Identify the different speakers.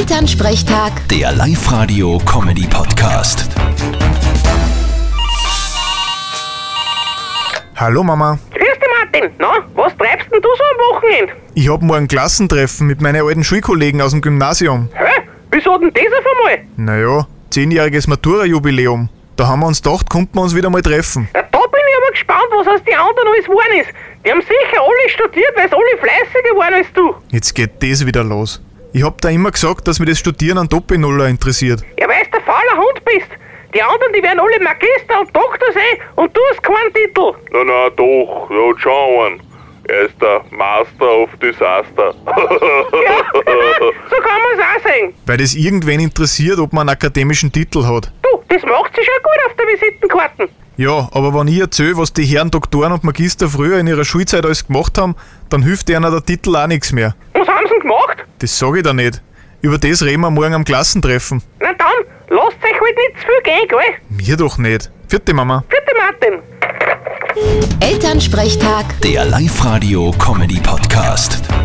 Speaker 1: Elternsprechtag,
Speaker 2: Der Live-Radio-Comedy-Podcast.
Speaker 3: Hallo Mama,
Speaker 4: Grüß dich, Martin. Na, was treibst denn du so am Wochenende?
Speaker 3: ich hab morgen Klassentreffen mit meinen alten Schulkollegen aus dem Gymnasium.
Speaker 4: Hä? Wieso denn das auf einmal?
Speaker 3: Naja, zehnjähriges Matura-Jubiläum. Da haben wir uns gedacht, könnten wir uns wieder mal treffen.
Speaker 4: Ja, da bin ich aber gespannt, was aus den anderen alles geworden ist. Die haben sicher alle studiert, weil sie alle fleißiger waren als du.
Speaker 3: Jetzt geht das wieder los. Ich hab da immer gesagt, dass mich das Studieren an Doppelnuller interessiert.
Speaker 4: Ja, weil du der fauler Hund bist. Die anderen, die werden alle Magister und Doktor sein und du hast keinen Titel.
Speaker 5: Na, na, doch, da hat schon einen. Er ist der Master of Disaster.
Speaker 4: Ja, so kann man es auch sehen.
Speaker 3: Weil das irgendwen interessiert, ob man einen akademischen Titel hat.
Speaker 4: Du, das macht sich schon gut auf der Visitenkarte.
Speaker 3: Ja, aber wenn ich erzähle, was die Herren Doktoren und Magister früher in ihrer Schulzeit alles gemacht haben, dann hilft einer der Titel auch nichts mehr.
Speaker 4: Was haben sie denn gemacht?
Speaker 3: Das sage ich da nicht. Über das reden wir morgen am Klassentreffen.
Speaker 4: Na dann, lasst euch halt nicht zu viel gehen, gell?
Speaker 3: Mir doch nicht. Vierte Mama.
Speaker 4: Bitte, Martin.
Speaker 1: Elternsprechtag.
Speaker 2: Der Live-Radio-Comedy-Podcast.